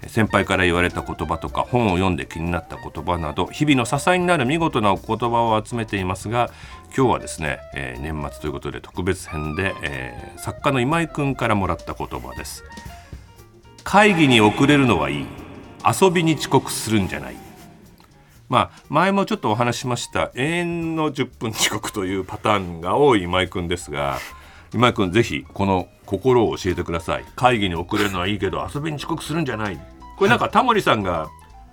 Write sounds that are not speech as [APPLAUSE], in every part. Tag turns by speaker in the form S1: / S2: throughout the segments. S1: えー先輩から言われた言葉とか本を読んで気になった言葉など日々の支えになる見事なお言葉を集めていますが今日はですね、えー年末ということで特別編で、えー作家の今井くんからもらった言葉です会議に遅れるのはいい遊びに遅刻するんじゃないまあ、前もちょっとお話ししました永遠の10分遅刻というパターンが多い今井君ですが今井君ぜひこの心を教えてください会議に遅れるのはいいけど遊びに遅刻するんじゃないこれなんかタモリさんが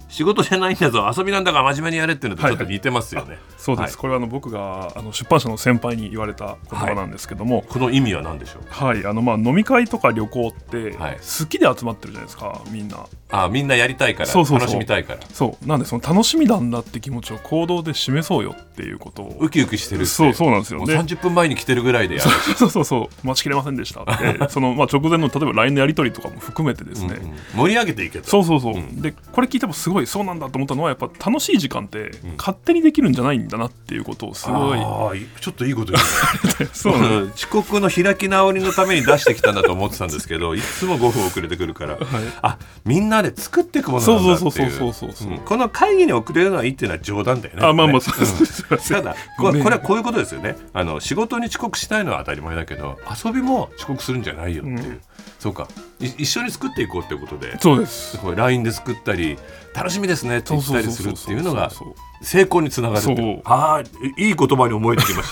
S1: 仕事じゃないんだぞ遊びなんだから真面目にやれっていうのとちょっと似てますよね、
S2: そうです、
S1: はい
S2: これはあの僕があの出版社の先輩に言われた言葉なんですけども、
S1: この意味は何でしょう
S2: はいあのまあ飲み会とか旅行って
S1: はい
S2: 好きで集まってるじゃないですかみんな
S1: あみんなやりたいから
S2: そうそうそう
S1: 楽しみたいから
S2: そうなんでその楽しみなんだって気持ちを行動で示そうよっていうことを
S1: ウキウキしてるって
S2: そうそうなんですよ
S1: もう
S2: で
S1: 30分前に来てるぐらいでやる
S2: [LAUGHS] そうそうそう待ちきれませんでした
S1: [LAUGHS]
S2: ってそのまあ直前の例えば LINE のやり取りとかも含めてですね、
S1: うん盛り上げていけと
S2: そうそうそう、でこれ聞いてもすごいそうなんだと思ったのはやっぱ楽しい時間って勝手にできるんじゃないんだなっていうことをすごい
S1: あーいちょっといいこと言う
S2: [LAUGHS]
S1: [LAUGHS]
S2: そうなんです
S1: うん遅刻の開き直りのために出してきたんだと思ってたんですけ
S2: [LAUGHS]
S1: どいつも5分遅れてくるから、あみんなで作っていくものなんだってい
S2: そうそうそうそうそうそう
S1: うんこの会議に遅れるのはいいっていうのは冗談だよね
S2: あまあまあ
S1: ね
S2: そうそうすいませ
S1: た
S2: ん [LAUGHS]
S1: だこれ
S2: ね
S1: これはこういうことですよねあの仕事に遅刻しないのは当たり前だけど遊びも遅刻するんじゃないよっていう、そうかい一緒に作っていこうってことで
S2: そうです
S1: これ LINE で作ったり楽しみですねって言ったりするっていうのが
S2: そうそうそうそう
S1: 成功につながるって
S2: そう
S1: ああいい言葉に思えてきまし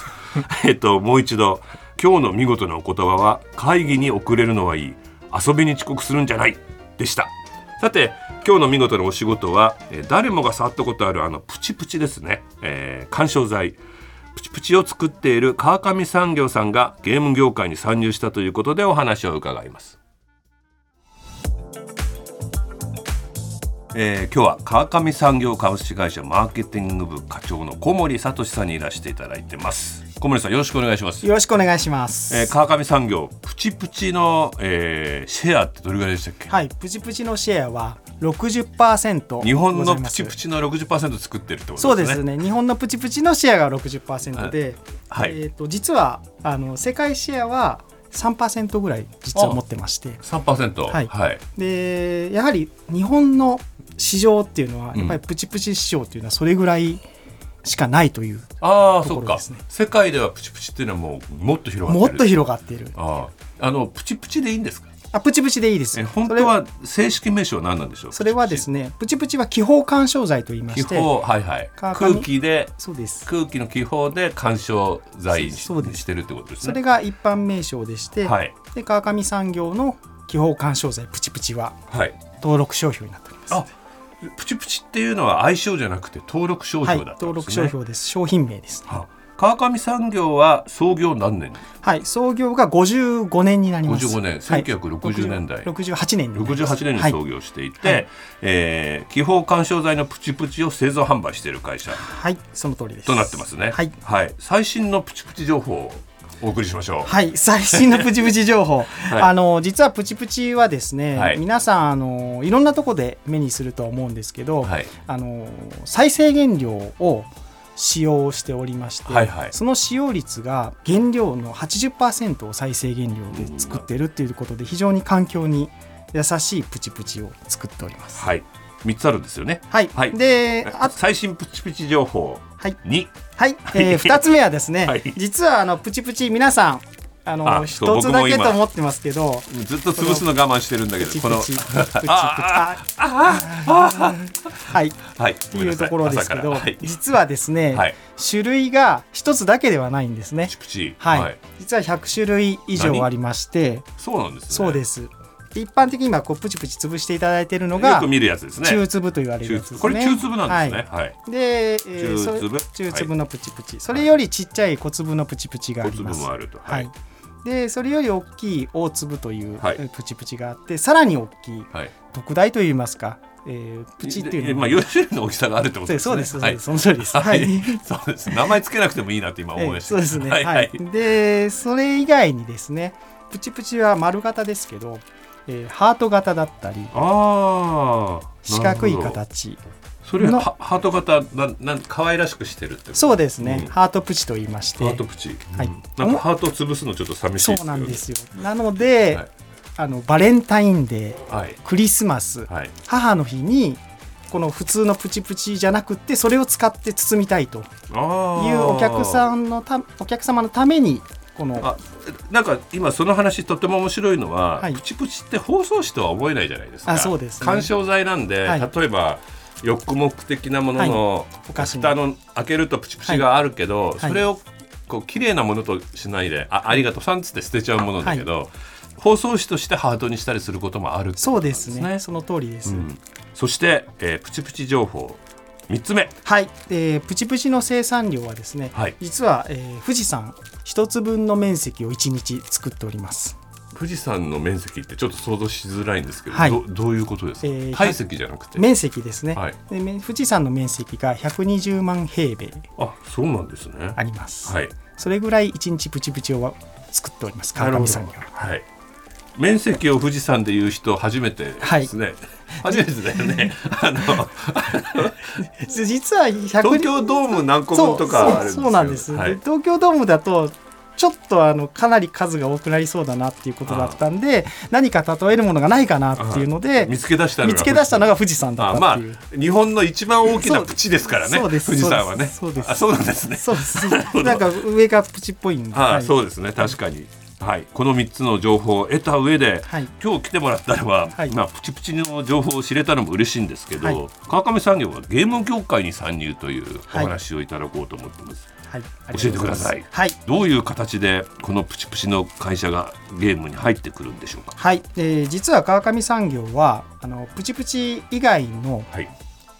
S1: た [LAUGHS] えっともう一度今日の見事なお言葉は会議に遅れるのはいい遊びに遅刻するんじゃないでしたさて今日の見事なお仕事は、えー誰もが触ったことあるあのプチプチですね、えー、緩衝材プチプチを作っている川上産業さんがゲーム業界に参入したということでお話を伺いますえー今日は川上産業株式会社マーケティング部課長の小森聡さんにいらしていただいてます小森さんよろしくお願いします、
S3: よろしくお願いします。
S1: えー川上産業プチプチの、えーシェアってどれぐらいでしたっけ、
S3: はい、プチプチのシェアは60%
S1: 日本のプチ
S3: ござい
S1: プ
S3: ます。
S1: チの60%作ってるってことですね
S3: そうですね。日本のプチプチのシェアが60%で、
S1: はい
S3: えっ、と実はあの世界シェアは3%ぐらい実は持ってまして、
S1: 3%
S3: はい
S1: はい、
S3: でやはり日本の市場っていうのは
S1: ん
S3: やっぱりプチプチ市場っていうのはそれぐらいしかないという、
S1: ああ
S3: と
S1: そ
S3: こ
S1: っ
S3: ろ
S1: か
S3: ですね
S1: 世界ではプチプチっていうのはもうもっと広が
S3: も
S1: っ
S3: って
S1: る
S3: と広がっている。
S1: あーあのプチプチでいいんですか
S3: あ、プチプチでいいです
S1: え
S3: よ。
S1: 本当は正式名称は何なんでしょう
S3: それはですね、プチプチは気泡干渉剤と言いま
S1: 気
S3: して、
S1: 泡はいはい
S3: 川
S1: 空
S3: 上
S1: 気で
S3: そうです。
S1: 空気の気泡で干渉剤にし
S3: そうです
S1: してるってことです
S3: そ
S1: ね
S3: れが一般名称でして、
S1: はい
S3: で川上産業の気泡干渉剤プチプチは
S1: はい
S3: 登録商標になっております。
S1: あプチプチっていうのは愛称じゃなくて登録商
S3: はい、
S1: 標だったん
S3: 登
S1: です
S3: 録
S1: ね、
S3: 商標です。商品名です。
S1: は川上産業は創業何年
S3: はい、創業が55年になります。
S1: 55年
S3: はい
S1: 1960年代
S3: 68年になります
S1: 68年に創業していて、
S3: はい
S1: えー気泡干渉剤のプチプチを製造販売している会社
S3: はい、はい、その通りです。
S1: となってますね
S3: はい、
S1: 最新のプチプチ情報をお送りしましょう、
S3: はい、最新のプチプチ
S1: [LAUGHS]
S3: 情報、
S1: い
S3: あの実はプチプチはですね、
S1: はい
S3: 皆さんあのいろんなとこで目にするとは思うんですけど、
S1: はい
S3: あの再生原料を使用しておりまして、
S1: はいはい
S3: その使用率が原料の80%を再生原料で作ってるっていうことで非常に環境に優しいプチプチを作っております。
S1: はい、3つあるんですよね
S3: はい、であ
S1: 最新プチプチ情報
S3: はい
S1: 2
S3: はい、えー、2つ目はですね、
S1: はい
S3: 実はあのプチプチ皆さんあの
S1: あそう
S3: 1つだけと思ってますけど。
S1: ずっと潰すの我慢してるんだけ
S3: プ
S1: ど
S3: チ
S1: こ
S3: プ
S1: の
S3: チプチプチ
S1: あ
S3: あはいっ
S1: はいって
S3: いうところですけど、
S1: はい、プ
S3: 実はですね、
S1: はい
S3: 種類が一つだけではないんですね
S1: チプチ
S3: はい、実は100種類以上ありまして
S1: そうなんですね
S3: そうです一般的に今こうプチプチ潰していただいているの
S1: よ
S3: が
S1: く見るやつですね
S3: 中粒と言われるやつです
S1: 中
S3: ね
S1: これ中粒なんですね
S3: は
S1: はい、
S3: いで、えーそれ
S1: 中粒
S3: 中粒のプチプチ、それよりちっちゃい小粒のプチプチがあります
S1: 小粒もあるとは
S3: はいいでそれより大きい大粒という
S1: はい
S3: プチプチがあって、さらに大きい
S1: はい
S3: 特大といいますかえープチっていうの
S1: まあ
S3: は
S1: 4種類の大きさがあるってことですね
S3: そうですそう
S1: は
S3: で
S1: い
S3: す、その通りで
S1: [LAUGHS]
S3: すはい、
S1: そうです名前つけなくてもいいなって今思い
S3: ええ
S1: ました、
S3: そうですね
S1: は
S3: はいい、
S1: はい
S3: でそれ以外にですねプチプチは丸型ですけど、えーハート型だったり
S1: ああ
S3: 四角い形
S1: それは
S3: の
S1: ハハート型ななん可愛らしくしてるってこと
S3: そうです
S1: う
S3: ね、
S1: ん
S3: ハートプチと言いまして
S1: ハートプチ、
S3: はい
S1: うんなんかハートを潰すのちょっと寂しい
S3: そうなんですよなの
S1: ね
S3: で、
S1: はい
S3: あのバレンタインデー
S1: はい
S3: クリスマス、
S1: はい
S3: 母の日にこの普通のプチプチじゃなくってそれを使って包みたいという
S1: あー
S3: お客さんのたお客様のためにこの
S1: あなんか今その話とても面白いのは、
S3: はい
S1: プチプチって包装紙とは思えないじゃないですか
S3: あそうですね
S1: 緩衝材なんで、
S3: はい
S1: 例えばヨックモック的なものの、
S3: お菓子
S1: 蓋
S3: の
S1: の開けるとプチプチがあるけど、
S3: い
S1: それをこう綺麗なものとしないであありがとうさんっつって捨てちゃうものだけど、包装紙としてハートにしたりすることもあるってこと
S3: そ
S1: な
S3: うんですね
S1: ね
S3: その通りです、
S1: うんそして、えープチプチ情報3つ目
S3: はい、えープチプチの生産量はですね、
S1: はい
S3: 実は、えー富士山一つ分の面積を1日作っております
S1: 富士山の面積ってちょっと想像しづらいんですけど、
S3: はい
S1: どどういうことですか、
S3: えー
S1: 体積じゃなくて
S3: 面積ですね、
S1: はい
S3: でめ富士山の面積が120万平米
S1: あそうなんですね
S3: あります、
S1: はい
S3: それぐらい1日プチプチを作っております川上さんには
S1: はい面積を富士山で言う人初めてですね、初めてだよ
S3: [LAUGHS]
S1: ねあの
S3: 実は100
S1: 東京ドーム何個分とかあるんですよ
S3: そうそうそうなんです、
S1: はい
S3: で東京ドームだとちょっとあのかなり数が多くなりそうだなっていうことだったんで何か例えるものがないかなっていうので
S1: 見つけ出したのが
S3: 見つけ出したのが富士山だ
S1: あま
S3: った
S1: あ
S3: っていう。
S1: 日本の一番大きなプチですからね
S3: そう
S1: 富
S3: です
S1: 士山はね
S3: そうです
S1: あそう [LAUGHS] なんですね
S3: そうです
S1: ど
S3: なんか上がプチっぽいんで、
S1: はい、
S3: はい
S1: そうですね確かに、はい、この3つの情報を得た上で、
S3: はい
S1: 今日来てもらったのは、
S3: はい
S1: まあ、プチプチの情報を知れたのも嬉しいんですけど、
S3: はい
S1: 川上産業はゲーム業界に参入というお
S3: はい
S1: 話をいただこうと思ってます、
S3: はい
S1: 教えてください
S3: はい
S1: どういう形でこのプチプチの会社がゲームに入ってくるんでしょうか
S3: はい、えー実は川上産業はあのプチプチ以外の、
S1: はい、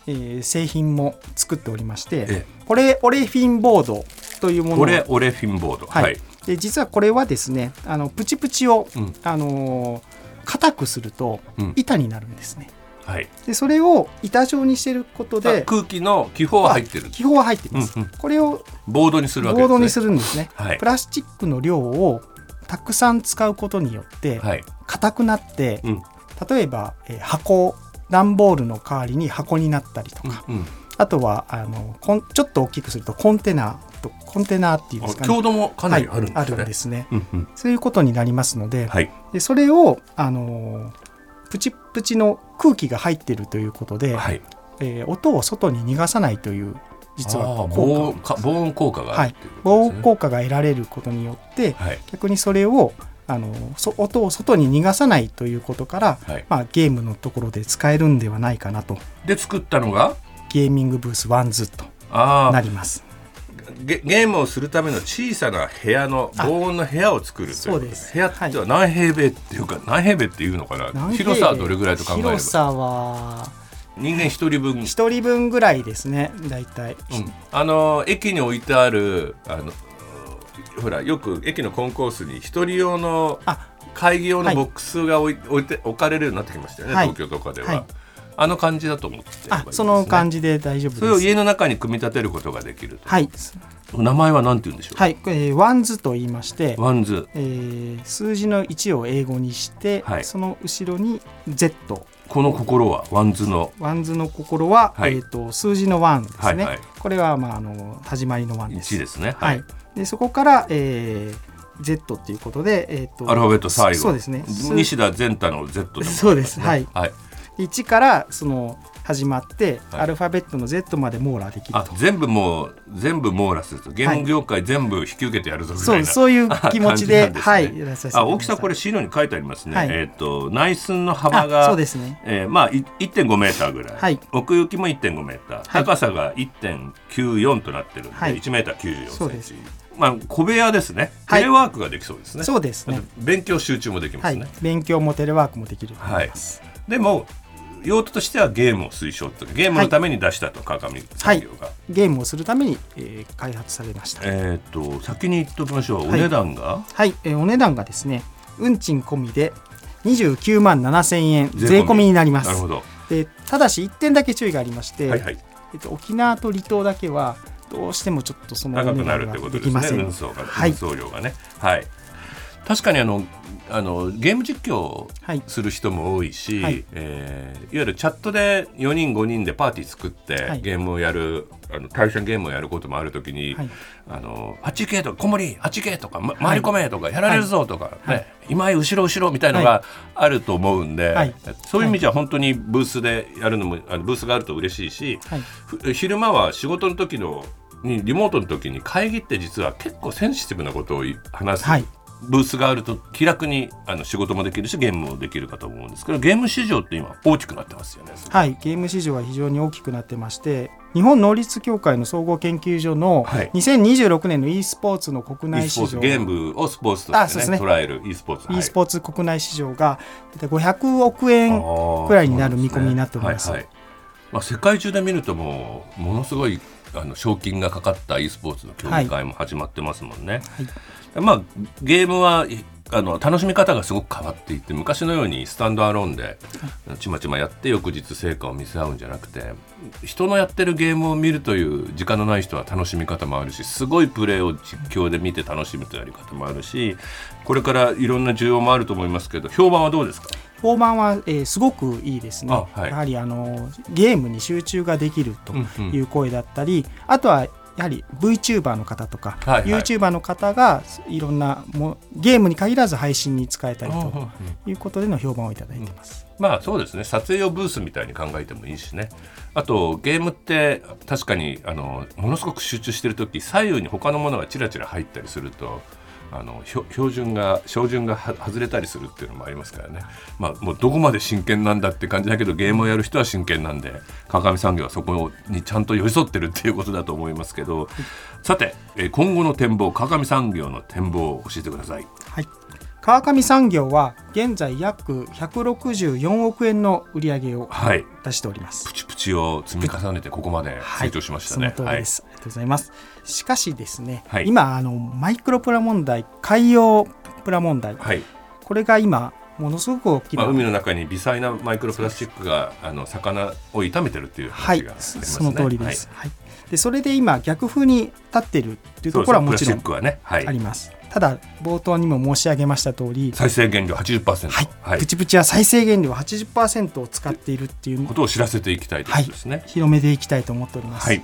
S3: えー製品も作っておりまして、
S1: え
S3: これオレフィンボードというものを
S1: これ俺フィンボード
S3: は
S1: はいい、
S3: で実はこれはですねあのプチプチを、
S1: うん
S3: あのー硬くすると
S1: うん
S3: 板になるんですね、
S1: はい、
S3: でそれを板状にしてること
S1: で
S3: で
S1: 空気の気泡は入ってる
S3: 気泡は入ってます、
S1: うんうん
S3: これを
S1: ボードにする
S3: ボ
S1: わけで
S3: ー
S1: す、ね、
S3: ドにするんですね
S1: はい
S3: プラスチックの量をたくさん使うことによって
S1: はい、
S3: 硬くなって、
S1: うん
S3: 例えば、えー箱段ボールの代わりに箱になったりと
S1: うん
S3: か、
S1: うん
S3: あとはあのこんちょっと大きくするとコンテナとコンテナっていうんで
S1: あ
S3: すかね
S1: 強度もかなりあるんですね、
S3: はい、あるんですね
S1: うんうん
S3: そういうことになりますので、
S1: はい
S3: でそれを、あのープチプチの空気が入ってるということで、
S1: はい
S3: えー音を外に逃がさないという実
S1: あ
S3: は
S1: ー
S3: 効
S1: 防
S3: 果
S1: か防音効果があるっていう
S3: 防
S1: こと
S3: 音
S1: ですね
S3: 効果が得られることによって、
S1: はい
S3: 逆にそれを、あのーそ音を外に逃がさないということから、
S1: はい
S3: まあ、ゲームのところで使えるんではないかなと
S1: で作ったのが
S3: ゲーミングブースワンズと
S1: あ
S3: な
S1: ー
S3: ります。
S1: ゲゲームをするための小さな部屋の
S3: あ
S1: 防音の部屋を作るとい
S3: そうう
S1: こと
S3: です
S1: 部屋っては何平米っていうか何平米っていうのかな広さはどれぐらいと考えれば
S3: 広さは
S1: 人間一人分、うん、
S3: 1人分ぐらいですね大体、
S1: あの駅に置いてあるあのほらよく駅のコンコースに一人用の
S3: あ
S1: 会議用
S3: は
S1: の
S3: い
S1: ボックスが置い置いて置かれるようになってきましたよね、
S3: はい
S1: 東京とかでは、
S3: はい
S1: あの感じだと思ってればいいで
S3: あ
S1: すね
S3: その感じで大丈夫です
S1: それを家の中に組み立てることができると
S3: はい、
S1: 名前は何て言うんでしょう、
S3: はいえーワンズと言いまして、
S1: ワンズ
S3: えー数字の1を英語にして、
S1: はい
S3: その後ろに Z
S1: この心はワンズの
S3: ワンズの心は、
S1: はい
S3: えー、と数字の1ですね、
S1: はいはい
S3: これは、まあ、あの始まりの1です
S1: 1ですね
S3: はいでそこから、えー Z っていうことで、えー、と
S1: アルファベット最後
S3: そうですね
S1: 西田善太の Z でもありますね
S3: そうですはい
S1: はい、
S3: 1からその始まって、
S1: はい
S3: アルファベットの Z まで網羅できる
S1: あ
S3: と
S1: 全部もう全部網羅するとゲーム業界全部引き受けてやるぞみ
S3: そ
S1: たいうな
S3: そういう気持ちで
S1: 感じな
S3: は
S1: ん
S3: い
S1: ですね
S3: やらさせてくださ
S1: あ
S3: い
S1: 大きさこれ資料に書いてありますね、
S3: はい
S1: えっ、と内寸の幅
S3: あ
S1: が
S3: そうですね
S1: えーまあい1.5メーターぐらい、
S3: はい
S1: 奥行きも1.5メーター、
S3: はい
S1: 高さが1.94となってるんで、
S3: はい
S1: 1メーター94
S3: そう
S1: セン
S3: で
S1: チ
S3: す、
S1: まあ小部屋ですね、
S3: はい
S1: テレワークができそうですね
S3: そうですね
S1: あと勉強集中もできま
S3: は
S1: す
S3: い
S1: ね、、
S3: 勉強もテレワークもできると思います、
S1: でも用途としてはゲームを推奨とゲームのために出したと、川上産業が、
S3: ゲームをするために、えー開発されました
S1: えっ、と先に言っておきましょう、
S3: はい
S1: お値段が
S3: はい、えーお値段がですね運賃込みで29万7000円
S1: 税込み
S3: 税込みになります
S1: なるほど
S3: でただし1点だけ注意がありまして、
S1: はいはい
S3: えっと、沖縄と離島だけはどうしてもちょっとその
S1: 高くなるってこと
S3: で
S1: です
S3: きま
S1: ね
S3: せん
S1: 運送が、
S3: はい
S1: 運送量がねはい確かにあのあのゲーム実況
S3: はい
S1: する人も多いし、
S3: はい
S1: えーいわゆるチャットで4人5人でパーティー作って、
S3: はい
S1: ゲームをやるあの対戦ゲームをやることもあるときに、
S3: はい
S1: あのあっち行けとか「こもりあっち行け」とか、ま回り込め」とか「やられるぞ」とか、
S3: はい
S1: ね今井後ろ後ろ」みたいのがあると思うんで、
S3: はい
S1: そういう意味じゃ本当にブースでやるのもあのブースがあると嬉しいし、
S3: はい
S1: ふ昼間は仕事の時のにリモートの時に会議って実は結構センシティブなことをい話す、
S3: はい
S1: ブースがあると気楽にあの仕事もできるしゲームもできるかと思うんですけどゲーム市場って今大きくなってますよね。
S3: はい、ゲーム市場は非常に大きくなってまして日本能率協会の総合研究所の
S1: はい
S3: 2026年の e スポーツの国
S1: e
S3: 内
S1: スポー
S3: 市
S1: ツ
S3: 場、
S1: ゲームをスポーツと
S3: あ
S1: し
S3: そう
S1: て、
S3: で
S1: ね
S3: すね
S1: 捉える e スポーツ。
S3: e スポーツ国内市場が大体500億円くらいになる見込みになっております
S1: はいはいまあ、世界中で見るともうものすごいあの賞金がかかった e スポーツの競技会も始まってますもんね。まあ、ゲームはいあの楽しみ方がすごく変わっていって昔のようにスタンドアローンでちまちまやって翌日成果を見せ合うんじゃなくて人のやってるゲームを見るという時間のない人は楽しみ方もあるしすごいプレーを実況で見て楽しむというやり方もあるしこれからいろんな需要もあると思いますけど評判はどうですか
S3: 評判は、えーすごくいいですね、
S1: あはい
S3: やはりあのゲームに集中ができると
S1: うんうん
S3: いう声だったり、あとはやはり VTuber の方とか、
S1: はいはい
S3: YouTuber の方がいろんなもゲームに限らず配信に使えたりということでの評判をいただいてます。
S1: まあそうですね撮影用ブースみたいに考えてもいいしねあとゲームって確かにあのものすごく集中してる時左右に他のものがちらちら入ったりするとあのひょ標準が照準がは外れたりするっていうのもありますからね、まあ、もうどこまで真剣なんだって感じだけどゲームをやる人は真剣なんで川上産業はそこにちゃんと寄り添ってるっていうことだと思いますけどさて、えー今後の展望川上産業の展望を教えてください。
S3: はい、川上産業は現在約164億円の売り上げを
S1: はい
S3: 出しております。
S1: プチプチを積み重ねてここまで
S3: はい
S1: 成長しましたね。
S3: その通りです、ありがとうございます。しかしですね、
S1: はい
S3: 今あのマイクロプラ問題、海洋プラ問題、
S1: はい、
S3: これが今ものすごく大き
S1: ま
S3: な、
S1: あ、海の中に微細なマイクロプラスチックがあの魚を炒めてるっていう
S3: は
S1: 話
S3: い
S1: があり、ますね。
S3: その通りです。はい、でそれで今逆風に立ってるっていうところはもちろ
S1: そうですねプラスチッ
S3: ん
S1: クはね、は
S3: あり
S1: い、
S3: ます。ただ冒頭にも申し上げました通り、
S1: 再生原料80%、
S3: はい、
S1: はい
S3: プチプチは再生原料80%を使っているっていう
S1: ことを知らせていきたいということですね。
S3: 広めていきたいと思っております。
S1: はい、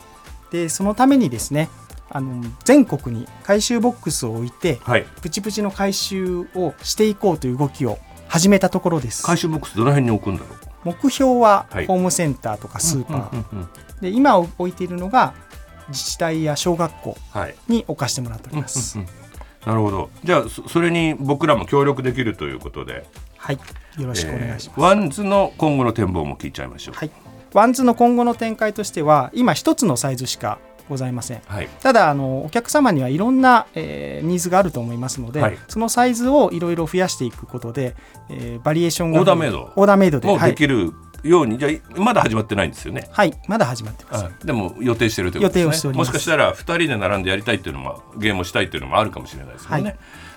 S3: でそのためにですね、あの全国に回収ボックスを置いて
S1: はい、
S3: プチプチの回収をしていこうという動きを始めたところです
S1: 回収ボックスどの辺に置くんだろう。
S3: 目標は
S1: はい
S3: ホームセンターとかスーパー、
S1: うんうん
S3: で今置いているのが自治体や小学校
S1: はい、
S3: に置かしてもらっております、
S1: うんうんなるほど。じゃあそそれに僕らも協力できるということで、
S3: はいよろしくお願いします、
S1: えーワンズの今後の展望も聞いちゃいましょう。
S3: はい、ワンズの今後の展開としては今一つのサイズしかございません
S1: はい、
S3: ただあのお客様にはいろんな、えーニーズがあると思いますので、
S1: はい
S3: そのサイズをいろいろ増やしていくことで、えーバリエーションが
S1: オーダーメイド
S3: オーダーメイドで
S1: もう
S3: は
S1: で
S3: い、
S1: きるように、じゃあまだ始まってないんですよね。
S3: はい、まだ始まってます
S1: あでも予定してるということですね
S3: 予定をしております
S1: もしかしたら2人で並んでやりたいっていうのもゲームをしたいっていうのもあるかもしれないですもんね、
S3: はい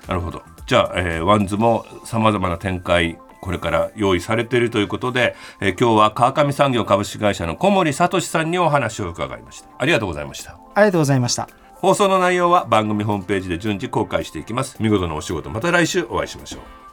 S1: なるほどじゃあ、えーワンズもさまざまな展開これから用意されているということで、えー今日は川上産業株式会社の小森聡さんにお話を伺いましたありがとうございました
S3: ありがとうございました
S1: 放送の内容は番組ホームページで順次公開していきます見事なお仕事また来週お会いしましょう